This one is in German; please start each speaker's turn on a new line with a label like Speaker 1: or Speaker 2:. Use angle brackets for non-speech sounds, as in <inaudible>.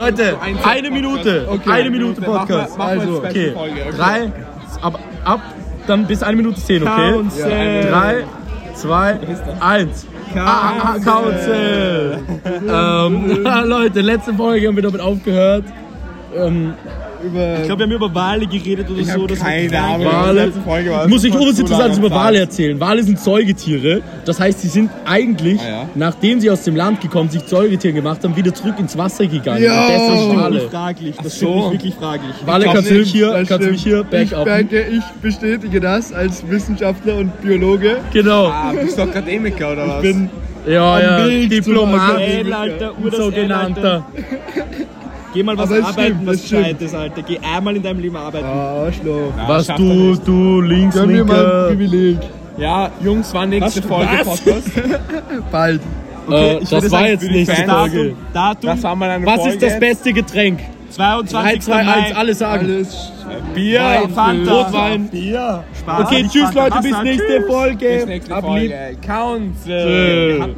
Speaker 1: Leute, eine Minute.
Speaker 2: Okay.
Speaker 1: eine Minute Podcast.
Speaker 2: Machen wir- machen wir
Speaker 1: also,
Speaker 2: eine
Speaker 1: okay.
Speaker 2: Special-Folge, okay.
Speaker 1: Drei, ab, ab, dann bis eine Minute zehn, okay?
Speaker 2: Council.
Speaker 1: Drei, zwei, eins. Ah, ah, Council. ähm, <laughs> Leute, letzte Folge haben wir damit aufgehört. Ähm,
Speaker 2: Über
Speaker 3: Ich glaube, wir haben über Wale geredet oder
Speaker 2: Ich
Speaker 3: so.
Speaker 2: hab
Speaker 3: das
Speaker 2: keine
Speaker 3: war-
Speaker 2: Ahnung. Ja, die
Speaker 1: Wale.
Speaker 2: letzte Folge war
Speaker 1: Ich muss nicht
Speaker 2: schon
Speaker 1: irgendwas
Speaker 2: zu
Speaker 1: Interessantes
Speaker 2: langer
Speaker 1: über Wale
Speaker 2: Zeit.
Speaker 1: erzählen. Wale sind Säugetiere. Das heißt, sie sind eigentlich,
Speaker 2: Ah, ja.
Speaker 1: nachdem sie aus dem Land gekommen sind, sich Säugetiere gemacht haben, wieder zurück ins Wasser gegangen.
Speaker 2: Ja.
Speaker 1: Und das sind
Speaker 3: Das
Speaker 1: Wale.
Speaker 3: ist fraglich. Das
Speaker 2: so.
Speaker 3: finde ich wirklich fraglich.
Speaker 1: Wale,
Speaker 2: glaub
Speaker 1: kannst, du
Speaker 2: nicht,
Speaker 1: hier,
Speaker 2: das
Speaker 1: kannst du mich hier
Speaker 2: Ich
Speaker 1: backupen?
Speaker 2: denke, ich bestätige das als Wissenschaftler und Biologe.
Speaker 1: Genau.
Speaker 2: Ah, bist du
Speaker 3: eh
Speaker 2: Akademiker oder was?
Speaker 3: bin-
Speaker 1: Ja, ja.
Speaker 2: Weg zum
Speaker 1: Diplomat.
Speaker 2: Akademiker.
Speaker 3: Ähnalter,
Speaker 1: Ein Sogenannter.
Speaker 3: Geh mal was
Speaker 2: Aber es
Speaker 3: arbeiten,
Speaker 2: stimmt,
Speaker 3: was
Speaker 2: es stimmt.
Speaker 3: Gescheites, Alter. Geh einmal in deinem Leben arbeiten.
Speaker 2: Ah, Arschloch.
Speaker 1: Was du, du links,
Speaker 2: Gönn mir mal ein
Speaker 1: linker.
Speaker 2: Privileg.
Speaker 3: Ja, Jungs, wann nächste Folge
Speaker 1: was? <laughs>
Speaker 3: Podcast?
Speaker 1: Äh,
Speaker 2: Bald.
Speaker 3: ich würde
Speaker 1: das war
Speaker 3: sagen,
Speaker 1: jetzt
Speaker 3: für
Speaker 2: die
Speaker 1: nicht die
Speaker 2: Fans-
Speaker 1: Folge.
Speaker 3: Datum, Datum
Speaker 2: Das war mal eine
Speaker 1: Was
Speaker 2: Folge.
Speaker 1: ist das beste Getränk? 3,
Speaker 3: 22.
Speaker 1: 2, 1,
Speaker 3: Mai.
Speaker 1: alle sagen.
Speaker 2: Alles
Speaker 3: Bier,
Speaker 1: Wein,
Speaker 3: Fanta,
Speaker 1: Rotwein.
Speaker 3: Bier, Spaß.
Speaker 1: Okay,
Speaker 3: Nicht
Speaker 1: tschüss
Speaker 3: Ah, Fanta,
Speaker 1: Leute, bis
Speaker 3: Wasser.
Speaker 1: nächste
Speaker 3: Tschüss.
Speaker 1: Folge.
Speaker 2: Bis nächste
Speaker 1: Hab lieb. Äh.
Speaker 2: Folge. Council.
Speaker 1: Tschö.
Speaker 2: Wir hatten